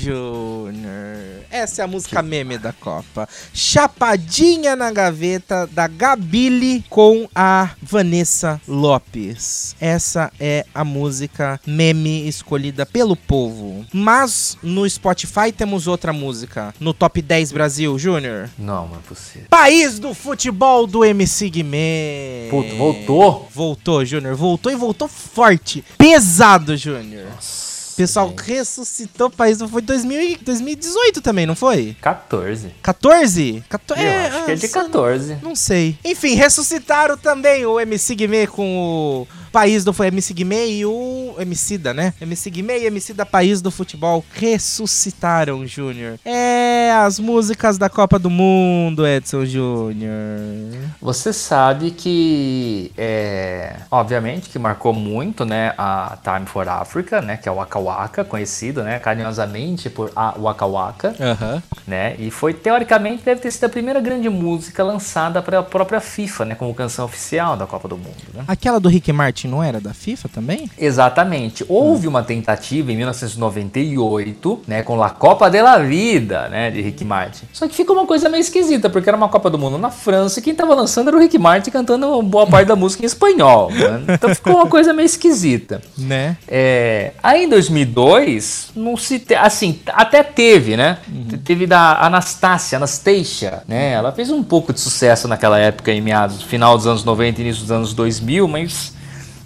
Júnior. Essa é a música meme da Copa. Chapadinha na Gaveta da Gabile com a Vanessa Lopes. Essa é a música meme escolhida pelo povo. Mas no Spotify temos outra música. No Top 10 Brasil, Júnior. Não, não é possível. País do futebol do MC Guimê. Puto, voltou? Voltou, Júnior. Voltou e voltou forte. Pesado, Júnior. O Nossa. pessoal ressuscitou o país. do- Foi 2000 e- 2018 também, não foi? 14. 14? 14? eu acho que é de ah, 14. Não sei. Enfim, ressuscitaram também o MC Guimê com o País do foi MC Guimê e o Emicida, né? MC Guimê e Emicida País do Futebol ressuscitaram, Júnior. É, as músicas da Copa do Mundo, Edson Júnior. Você sabe que, é, obviamente, que marcou muito, né, a Time for Africa, né, que é o Waka Waka, conhecido, né, carinhosamente por a Waka Waka, Aham. né, e foi, teoricamente, deve ter sido a primeira grande música lançada pela própria FIFA, né, como canção oficial da Copa do Mundo, né. Aquela do Rick Martin não era da FIFA também? Exatamente. Houve uma tentativa em 1998, né, com La Copa de la Vida, né, de Rick Martin. Só que fica uma coisa meio esquisita, porque era uma Copa do Mundo na França e quem tava lançando era o Rick Martin cantando boa parte da música em espanhol. né? Então ficou uma coisa meio esquisita. Né? É, aí em 2002, não se te- assim, até teve, né? Te- Uhum. Teve da Anastácia, Anastasia, né? Ela fez um pouco de sucesso naquela época, em meados, final dos anos 90 e início dos anos 2000, mas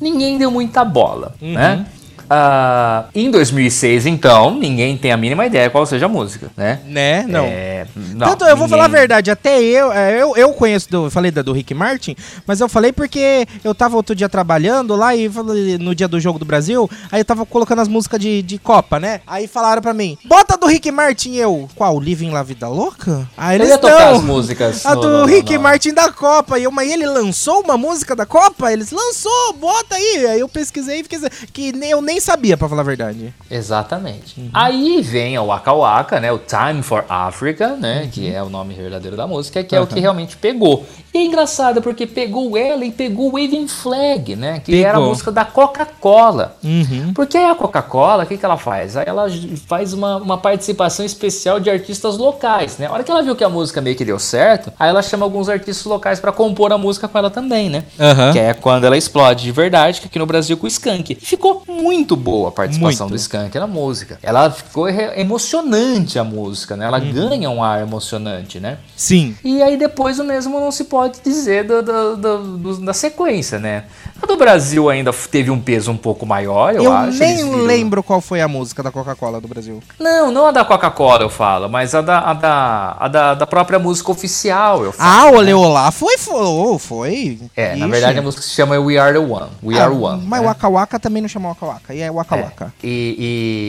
ninguém deu muita bola, Uhum. né? Ah, em 2006, então, ninguém tem a mínima ideia qual seja a música, né? Né? Não. É, não, Tanto, eu vou ninguém- falar a verdade, até eu, é, eu, eu conheço, do- eu falei da do Rick Martin, mas eu falei porque eu tava outro dia trabalhando lá e falei- no dia do Jogo do Brasil, aí eu tava colocando as músicas de, de Copa, né? Aí falaram pra mim, bota do Rick Martin e eu. Qual? Living La Vida Louca? Aí Eu eles ia tocar não. as músicas. A no- do no- no- Rick no- Martin da Copa. E eu, mas ele lançou uma música da Copa? Eles lançou, bota aí. Aí eu pesquisei e fiquei. Que nem, eu nem sabia, pra falar a verdade. Exatamente. Uhum. Aí vem o Waka Waka, né? O Time for Africa, né? Uhum. Que é o nome verdadeiro da música, que é o que realmente pegou. E é engraçado porque pegou ela e pegou o Waving Flag, né? Que era a Pegou. música da Coca-Cola. Uhum. Porque aí a Coca-Cola, o que, que ela faz? Aí ela j- faz uma, uma participação especial de artistas locais, né? A hora que ela viu que a música meio que deu certo, aí ela chama alguns artistas locais pra compor a música com ela também, né? Aham. Que é quando ela explode de verdade, que é aqui no Brasil com o Skank. E ficou muito boa a participação Muito. do Skank na música. Ela ficou re- emocionante a música, né? Ela Uhum. ganha um ar emocionante, né? Sim. E aí depois o mesmo não se pode dizer do- do- do- do- da sequência, né? A do Brasil ainda f- teve um peso um pouco maior, eu, Eu, acho. nem eles viram- lembro qual foi a música da Coca-Cola do Brasil. Não, não a da Coca-Cola eu falo, mas a da, a da, a da, da própria música oficial eu falo. Ah, o Oleolá foi. Foi. foi. né? É, na Ixi. verdade a música se chama We Are The One. We Ah, Are One. Mas o né? Waka Waka também não chama Waka Waka. E é Waka Waka. E,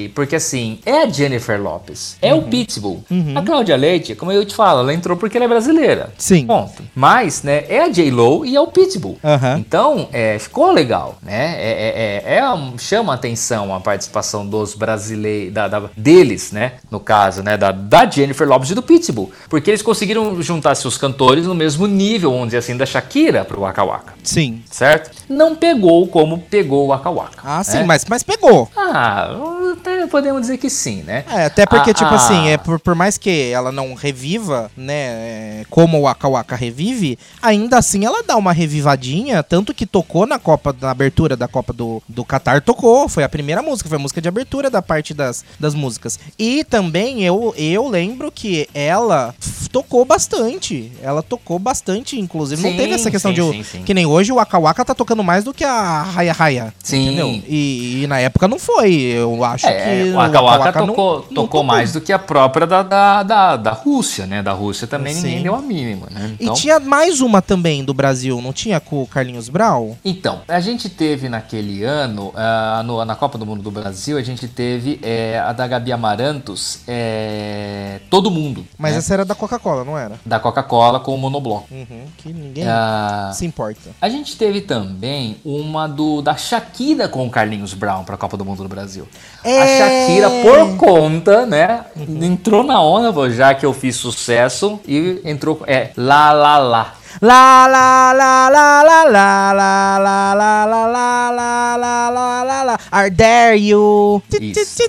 e- porque assim, é a Jennifer Lopes, é Uhum. o Pitbull. A Cláudia Leite, como eu te falo, ela entrou porque ela é brasileira. Sim. Ponto. Mas, né, é a J-Lo e é o Pitbull. Aham. Então, é, ficou legal, né? É, é- é- é um- chama atenção a participação dos brasileiros, da, da- deles, né? No caso, né? Da, da Jennifer Lopes e do Pitbull. Porque eles conseguiram juntar seus cantores no mesmo nível, vamos dizer assim, da Shakira pro Waka Waka. Sim. Certo? Não pegou como pegou o Waka Waka. Ah, sim, né? mas, mas pegou. Ah, até podemos dizer que sim, né? É, até porque, Ah, tipo ah. assim, é por, por mais que ela não reviva, né, é, como o Waka Waka revive, ainda assim ela dá uma revivadinha, tanto que tocou na Copa, na abertura da Copa do, do Qatar, tocou, foi a primeira música, foi a música de abertura da parte das, das músicas. E também eu, eu lembro que ela f- tocou bastante, ela tocou bastante, inclusive, não Sim, teve essa questão sim, de... o- sim, sim. Que nem hoje o Waka Waka tá tocando mais do que a Raya Raya, Sim. entendeu? E, e na época não foi, eu acho É, que... o Waka Waka não- tocou, não tocou mais do que a própria da, da, da, da Rússia, né? Da Rússia também Sim. ninguém deu a mínima, né? E tinha mais uma também do Brasil, não tinha com o Carlinhos Brau? Então, a gente teve naquele ano, ah, no- na Copa do Mundo do Brasil, a gente teve eh, a da Gabi Amarantos, eh, Todo Mundo, Mas né? essa era da Coca-Cola, não era? da Coca-Cola com o monobloco. Uhum, que ninguém Ah, se importa. A gente teve também uma do da Shakira com o Carlinhos Brown para a Copa do Mundo do Brasil. É. A Shakira, por conta, né? Entrou na onda, falou, já que eu fiz sucesso, e entrou. É, lá, lá, lá. Lá, lá, lá, lá, lá, lá, lá, lá, lá, lá, lá, lá, lá, lá, lá, lá. Are there you? Isso.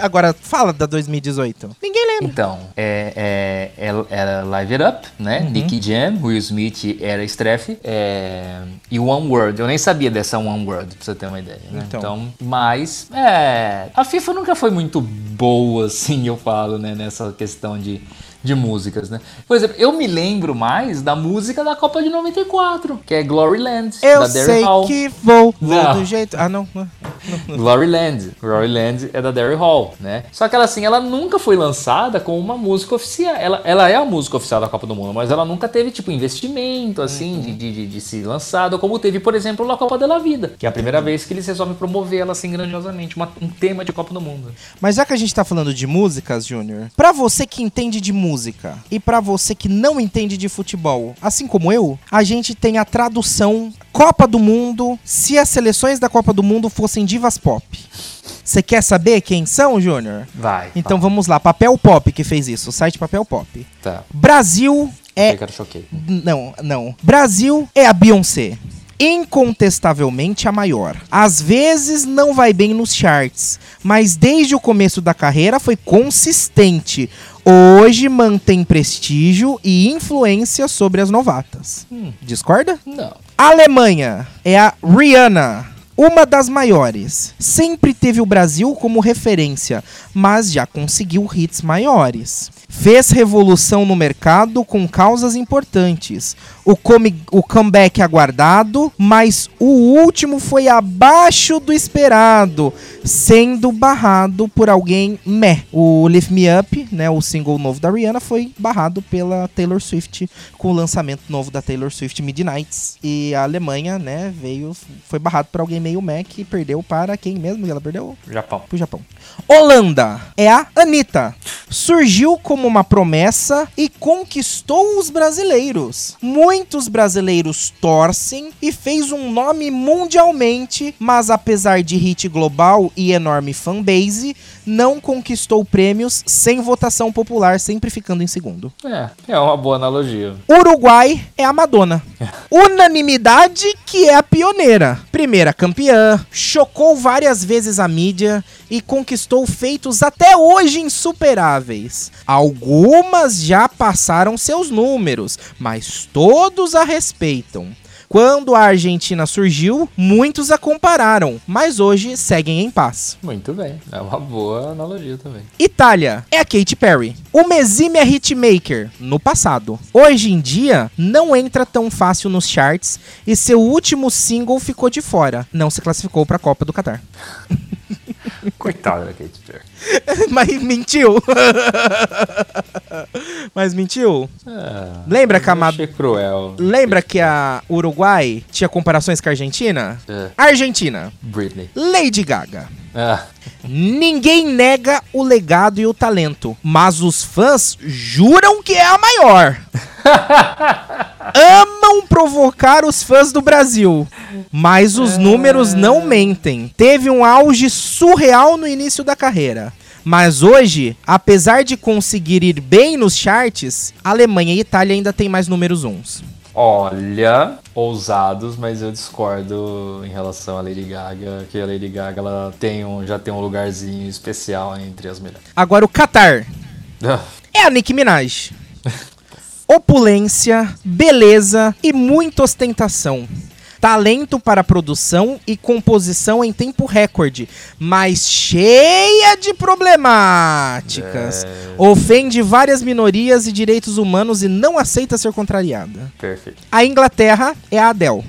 Agora, fala da 2018. Ninguém lembra. Então, é, é, é- era Live It Up, né? Uhum. Nicky Jam, Will Smith era Streff, é, e One World. Eu nem sabia dessa One World, pra você ter uma ideia, né? Então. mas, é, a FIFA nunca foi muito boa, assim, eu falo, né? Nessa questão de, de músicas, né? Por exemplo, eu me lembro mais da música da Copa de 94, que é Glory Land, Eu da Daryl sei Hall. que vou, vou Não. do jeito... Ah, não. Gloryland. Gloryland é da Derry Hall, né? Só que ela assim, ela nunca foi lançada como uma música oficial. Ela, ela é a música oficial da Copa do Mundo, mas ela nunca teve, tipo, investimento, assim, de, de, de, de se lançada, como teve, por exemplo, La Copa de la Vida, que é a primeira vez que eles resolvem promover ela, assim, grandiosamente, uma- um tema de Copa do Mundo. Mas já que a gente tá falando de músicas, Júnior, pra você que entende de música e pra você que não entende de futebol, assim como eu, a gente tem a tradução Copa do Mundo se as seleções da Copa do Mundo fossem divas pop. Você quer saber quem são, Júnior? Vai. Então vamos lá, Papel Pop que fez isso, o site Papel Pop. Tá. Brasil É. é Eu quero choquei. não, não. Brasil é a Beyoncé. Incontestavelmente a maior. Às vezes não vai bem nos charts, mas desde o começo da carreira foi consistente. Hoje mantém prestígio e influência sobre as novatas. Discorda? Não. Alemanha é a Rihanna, uma das maiores. Sempre teve o Brasil como referência, mas já conseguiu hits maiores. Fez revolução no mercado com causas importantes. O, come- o comeback aguardado, mas o último foi abaixo do esperado, sendo barrado por alguém meh. O Lift Me Up, né, o single novo da Rihanna, foi barrado pela Taylor Swift com o lançamento novo da Taylor Swift Midnights. E a Alemanha, né, veio, foi barrado por alguém meio Mac e perdeu para quem mesmo que ela perdeu? Japão. pro Japão. Holanda é a Anitta. Surgiu como uma promessa e conquistou os brasileiros. Muitos brasileiros torcem e fez um nome mundialmente, mas apesar de hit global e enorme fanbase, não conquistou prêmios sem votação popular, sempre ficando em segundo. É, é uma boa analogia. Uruguai é a Madonna. Unanimidade que é a pioneira. Primeira campeã, chocou várias vezes a mídia e conquistou feitos até hoje insuperáveis. Algumas já passaram seus números, mas todos a respeitam. Quando a Argentina surgiu, muitos a compararam, mas hoje seguem em paz. Muito bem. É uma boa analogia também. Itália é a Katy Perry. Uma exímia hitmaker no passado. Hoje em dia, não entra tão fácil nos charts e seu último single ficou de fora. Não se classificou para a Copa do Catar. Coitada da Katy Perry. Mas mentiu. Mas mentiu. Ah, Lembra que a eu Mad- Achei cruel. Lembra que a Uruguai tinha comparações com a Argentina? É. Argentina. Britney. Lady Gaga. Ah, Ninguém nega o legado e o talento, mas os fãs juram que é a maior. Amam provocar os fãs do Brasil, mas os números não mentem. Teve um auge surreal no início da carreira. Mas hoje, apesar de conseguir ir bem nos charts, Alemanha e Itália ainda têm mais números uns. olha, ousados, mas eu discordo em relação à Lady Gaga, que a Lady Gaga ela tem um, já tem um lugarzinho especial entre as melhores. Agora o Qatar. Ah, é a Nicki Minaj. Opulência, beleza e muita ostentação. Talento para produção e composição em tempo recorde, mas cheia de problemáticas. Ofende várias minorias e direitos humanos e não aceita ser contrariada. perfeito. A Inglaterra é a Adele.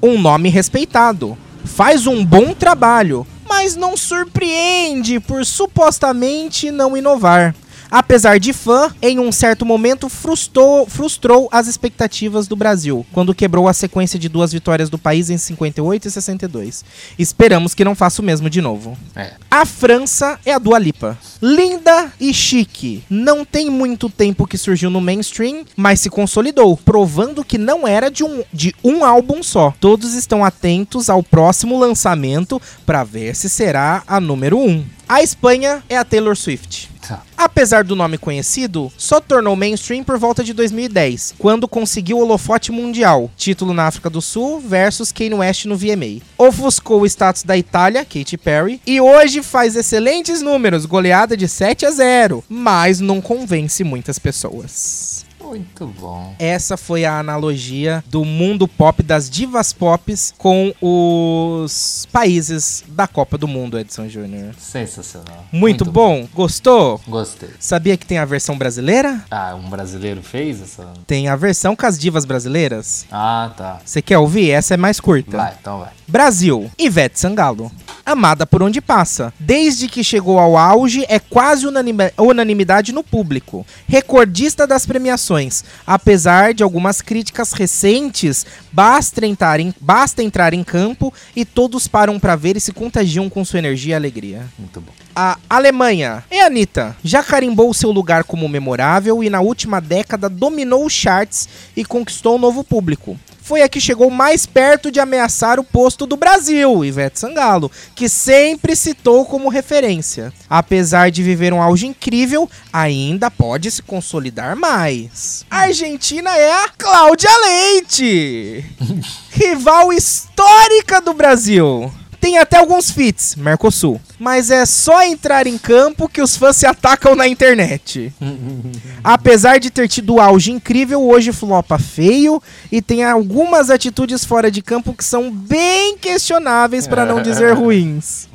Um nome respeitado. Faz um bom trabalho, mas não surpreende por supostamente não inovar. Apesar de fã, em um certo momento frustrou, frustrou as expectativas do Brasil, quando quebrou a sequência de duas vitórias do país em 58 e 62. Esperamos que não faça o mesmo de novo. É. A França é a Dua Lipa. Linda e chique. Não tem muito tempo que surgiu no mainstream, mas se consolidou, provando que não era de um, de um álbum só. Todos estão atentos ao próximo lançamento para ver se será a número 1. Um. A Espanha é a Taylor Swift. Tá. Apesar do nome conhecido, só tornou mainstream por volta de 2010, quando conseguiu o holofote mundial, título na África do Sul versus Kanye West no VMA. Ofuscou o status da Itália, Katy Perry, e hoje faz excelentes números, goleada de 7 a 0, mas não convence muitas pessoas. Muito bom. Essa foi a analogia do mundo pop, das divas pops, com os países da Copa do Mundo, Edson Júnior. Sensacional. Muito, bom. Gostou? Gostei. Sabia que tem a versão brasileira? Ah, um brasileiro fez essa? Tem a versão com as divas brasileiras. Ah, tá. Você quer ouvir? Essa é mais curta. Vai, então vai. Brasil, Ivete Sangalo. amada por onde passa. Desde que chegou ao auge, é quase unanima- unanimidade no público. Recordista das premiações, apesar de algumas críticas recentes, basta entrar em, basta entrar em campo e todos param pra ver e se contagiam com sua energia e alegria. Muito bom. A Alemanha. E a Anitta? Já carimbou seu lugar como memorável e na última década dominou os charts e conquistou um novo público. Foi a que chegou mais perto de ameaçar o posto do Brasil, Ivete Sangalo, que sempre citou como referência. Apesar de viver um auge incrível, ainda pode se consolidar mais. A Argentina é a Cláudia Leite, rival histórica do Brasil. Tem até alguns fits, Mercosul. Mas é só entrar em campo que os fãs se atacam na internet. Apesar de ter tido auge incrível, hoje flopa feio e tem algumas atitudes fora de campo que são bem questionáveis, pra não dizer ruins.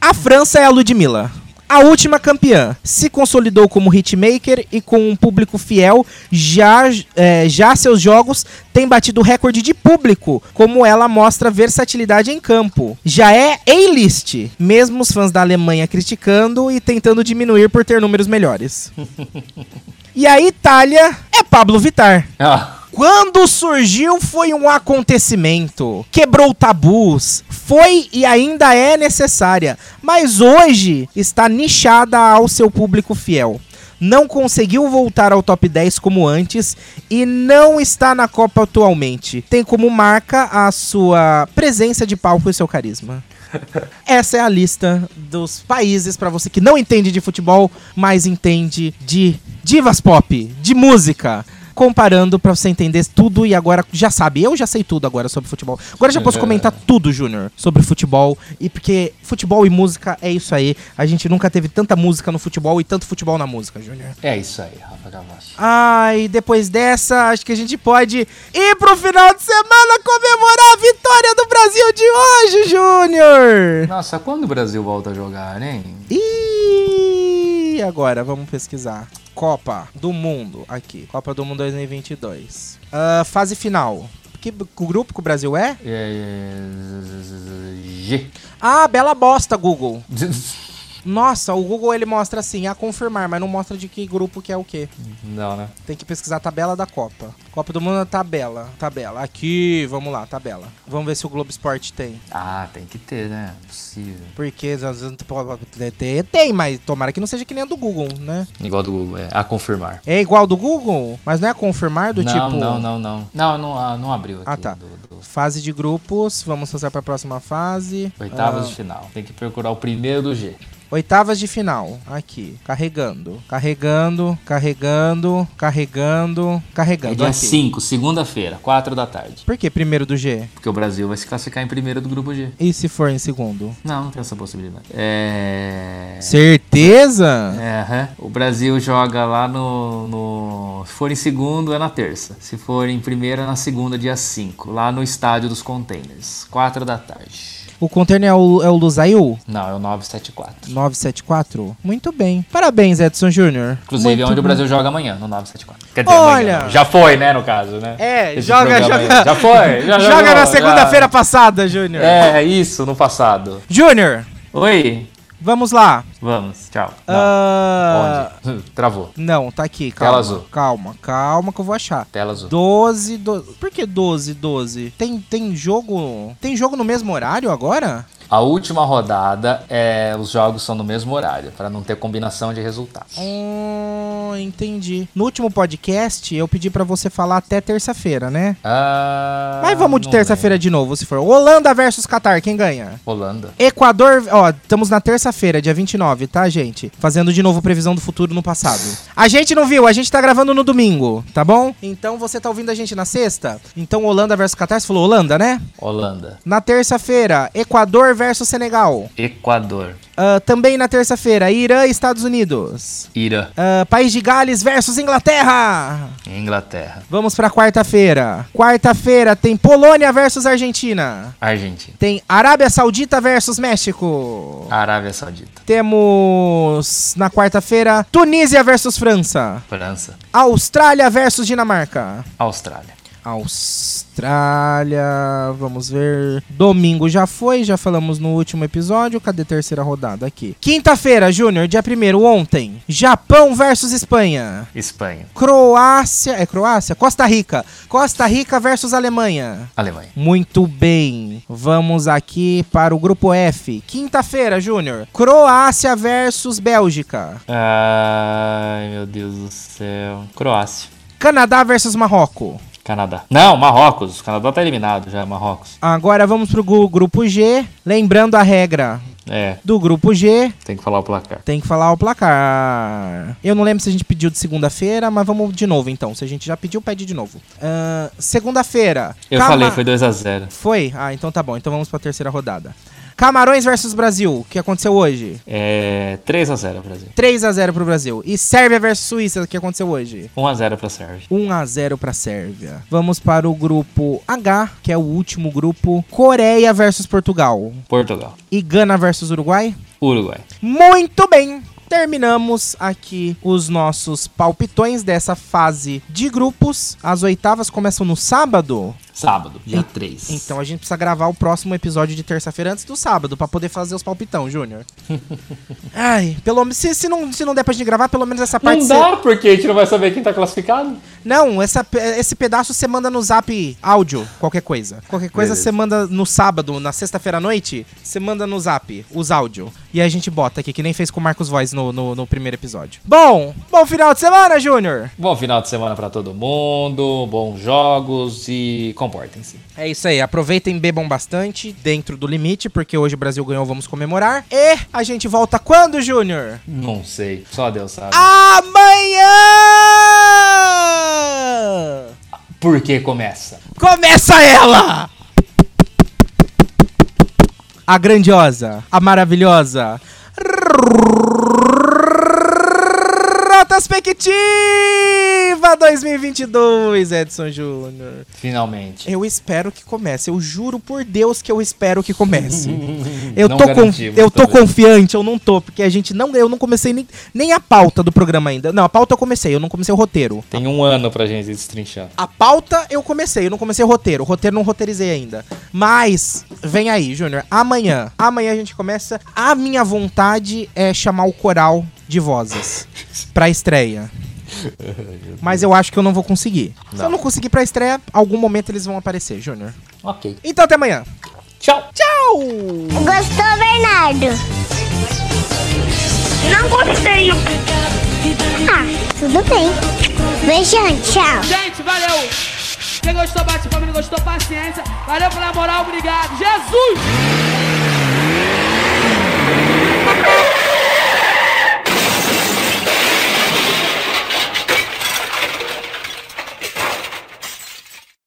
A França é a Ludmilla. A última campeã se consolidou como hitmaker e com um público fiel. Já, é, já seus jogos têm batido recorde de público, como ela mostra versatilidade em campo. Já é A-list, mesmo os fãs da Alemanha criticando e tentando diminuir por ter números melhores. e a Itália é Pablo Vittar. Ah, Quando surgiu, foi um acontecimento. Quebrou tabus. Foi e ainda é necessária. Mas hoje está nichada ao seu público fiel. Não conseguiu voltar ao top 10 como antes e não está na Copa atualmente. Tem como marca a sua presença de palco e seu carisma. Essa é a lista dos países pra você que não entende de futebol, mas entende de divas pop, de música. Comparando pra você entender tudo e agora já sabe. Eu já sei tudo agora sobre futebol. Agora já posso comentar tudo, Júnior, sobre futebol. E porque futebol e música é isso aí. A gente nunca teve tanta música no futebol e tanto futebol na música, Júnior. é isso aí, Rafa Gavassi. Ai, depois dessa, acho que a gente pode ir pro final de semana comemorar a vitória do Brasil de hoje, Júnior! Nossa, quando o Brasil volta a jogar, hein? E agora vamos pesquisar. Copa do Mundo aqui. Copa do Mundo 2022. Ah, fase final. Que b- que grupo que o Brasil é? É, é, G. Ah, bela bosta, Google. Nossa, o Google ele mostra assim, a confirmar, mas não mostra de que grupo que é o quê. Não, né? Tem que pesquisar a tabela da Copa. Copa do Mundo, é tabela, tabela. Aqui, vamos lá, tabela. Vamos ver se o Globo Esporte tem. Ah, tem que ter, né? Possível. Porque às vezes, tem- tem, mas tomara que não seja que nem a do Google, né? Igual do Google, é. A confirmar. É igual do Google, mas não é confirmar do não, tipo. não, não, não. Não, não, ah, não abriu aqui. Ah, tá. do- do- Fase de grupos, vamos passar para a próxima fase. Oitavas de final. Tem que procurar o primeiro do G. Ah, oitavas de final, aqui, carregando, carregando, carregando, carregando, É carregando. dia Tá, então aqui. 5, segunda-feira, 4 da tarde. Por que primeiro do G? Porque o Brasil vai se classificar em primeiro do grupo G. E se for em segundo? Não, não tem essa possibilidade. É. Certeza? É, aham. o Brasil joga lá no, no- Se for em segundo, é na terça. Se for em primeiro, é na segunda, dia 5. Lá no estádio dos containers. 4 da tarde. O container é o, é o Lusail? Não, é o 974. 974? Muito bem. Parabéns, Edson Júnior. Inclusive, é Muito onde o Brasil joga amanhã, no 974. Quer dizer, Olha! amanhã não. já foi, né, no caso, né? É, Esse joga, programa joga. aí. Já foi, já Joga jogou, na já. segunda-feira passada, Júnior. É, isso, no passado. Júnior, Oi, vamos lá. vamos, tchau. Ah, Não, Onde? Travou. Não, tá aqui, calma. Tela azul. Calma, calma que eu vou achar. Tela azul. 12, 12. Por que 12, 12? Tem, tem jogo. Tem jogo no mesmo horário agora? A última rodada, é, os jogos são no mesmo horário, pra não ter combinação de resultados. Hum, entendi. No último podcast, eu pedi pra você falar até terça-feira, né? Ah, Mas vamos de não terça-feira de novo, se for. Holanda versus Qatar, quem ganha? lembro. Holanda. Equador, ó, estamos na terça-feira, dia 29, tá, gente? Fazendo de novo previsão do futuro no passado. A gente não viu, a gente tá gravando no domingo, tá bom? Então você tá ouvindo a gente na sexta? Então Holanda versus Qatar, você falou Holanda, né? Holanda. Na terça-feira, Equador versus Senegal. Equador. Ah, também na terça-feira, Irã e Estados Unidos. Ira. Ah, País de Gales versus Inglaterra. Inglaterra. Vamos pra quarta-feira. Quarta-feira tem Polônia versus Argentina. Argentina. Tem Arábia Saudita versus México. Arábia Saudita. Temos na quarta-feira Tunísia versus França. França. Austrália versus Dinamarca. Austrália. Austrália. Vamos ver. Domingo já foi, já falamos no último episódio. Cadê a terceira rodada aqui? Quinta-feira, Júnior, dia 1 ontem. Japão versus Espanha. Espanha. Croácia. É Croácia? Costa Rica. Costa Rica versus Alemanha. Alemanha. Muito bem. Vamos aqui para o grupo F. Quinta-feira, Júnior. Croácia versus Bélgica. Ai, meu Deus do céu. Croácia. Canadá versus Marrocos. Canadá. Não, Marrocos. O Canadá tá eliminado já, Marrocos. Agora vamos pro gu- grupo G. Lembrando a regra É, do grupo G, tem que falar o placar. tem que falar o placar. Eu não lembro se a gente pediu de segunda-feira, mas vamos de novo então. Se a gente já pediu, pede de novo. Ahn, segunda-feira. Eu Cama- falei, foi 2x0. Foi? Ah, então tá bom. Então vamos pra terceira rodada. Camarões versus Brasil, que aconteceu hoje. É, 3x0 Brasil. 3 a 0 pro Brasil. E Sérvia versus Suíça, que aconteceu hoje. 1x0 pra Sérvia. 1 a 0 para Sérvia. Vamos para o grupo H, que é o último grupo. Coreia versus Portugal Portugal. e Gana versus Uruguai. Uruguai. Muito bem. Terminamos aqui os nossos palpitões dessa fase de grupos. As oitavas começam no sábado, Sábado, dia 3. então a gente precisa gravar o próximo episódio de terça-feira antes do sábado pra poder fazer os palpitão, Júnior. Ai, pelo menos se, se não se não der pra gente gravar, pelo menos essa parte Não você- dá, porque a gente não vai saber quem tá classificado. Não, essa pe- esse pedaço você manda no zap áudio, qualquer coisa. Qualquer coisa Beleza. você manda no sábado, na sexta-feira à noite, você manda no zap os áudio. E a gente bota aqui, que nem fez com o Marcos Voz no, no, no primeiro episódio. Bom, bom final de semana, Júnior! Bom final de semana pra todo mundo, bons jogos e comportem-se. É isso aí, aproveitem, bebam bastante, dentro do limite, porque hoje o Brasil ganhou, vamos comemorar. E a gente volta quando, Júnior? Não sei, só Deus sabe. Ah! Amanhã! Por que começa? Começa ela! A grandiosa, a maravilhosa. Retrospectiva 2022, Edson Júnior. Finalmente. Eu espero que comece. Eu juro por Deus que eu espero que comece. Eu Não tô, con- garantimos eu tô também. confiante, eu não tô, porque a gente não. Eu não comecei nem, nem a pauta do programa ainda. Não, a pauta eu comecei, eu não comecei o roteiro. Tem um ano pra gente destrinchar. A pauta eu comecei, eu não comecei o roteiro. O roteiro não roteirizei ainda. Mas, vem aí, Júnior. Amanhã. Amanhã a gente começa. A minha vontade é chamar o coral de vozes pra estreia. Mas eu acho que eu não vou conseguir. Se eu não conseguir pra estreia, algum momento eles vão aparecer, Júnior. Ok. Então até amanhã. Tchau! Tchau! Gostou, Bernardo? Não gostei. Ah, tudo bem. Beijão, tchau. Gente, valeu! Quem gostou, bate palma, não gostou, paciência. Valeu pela moral, obrigado. Jesus!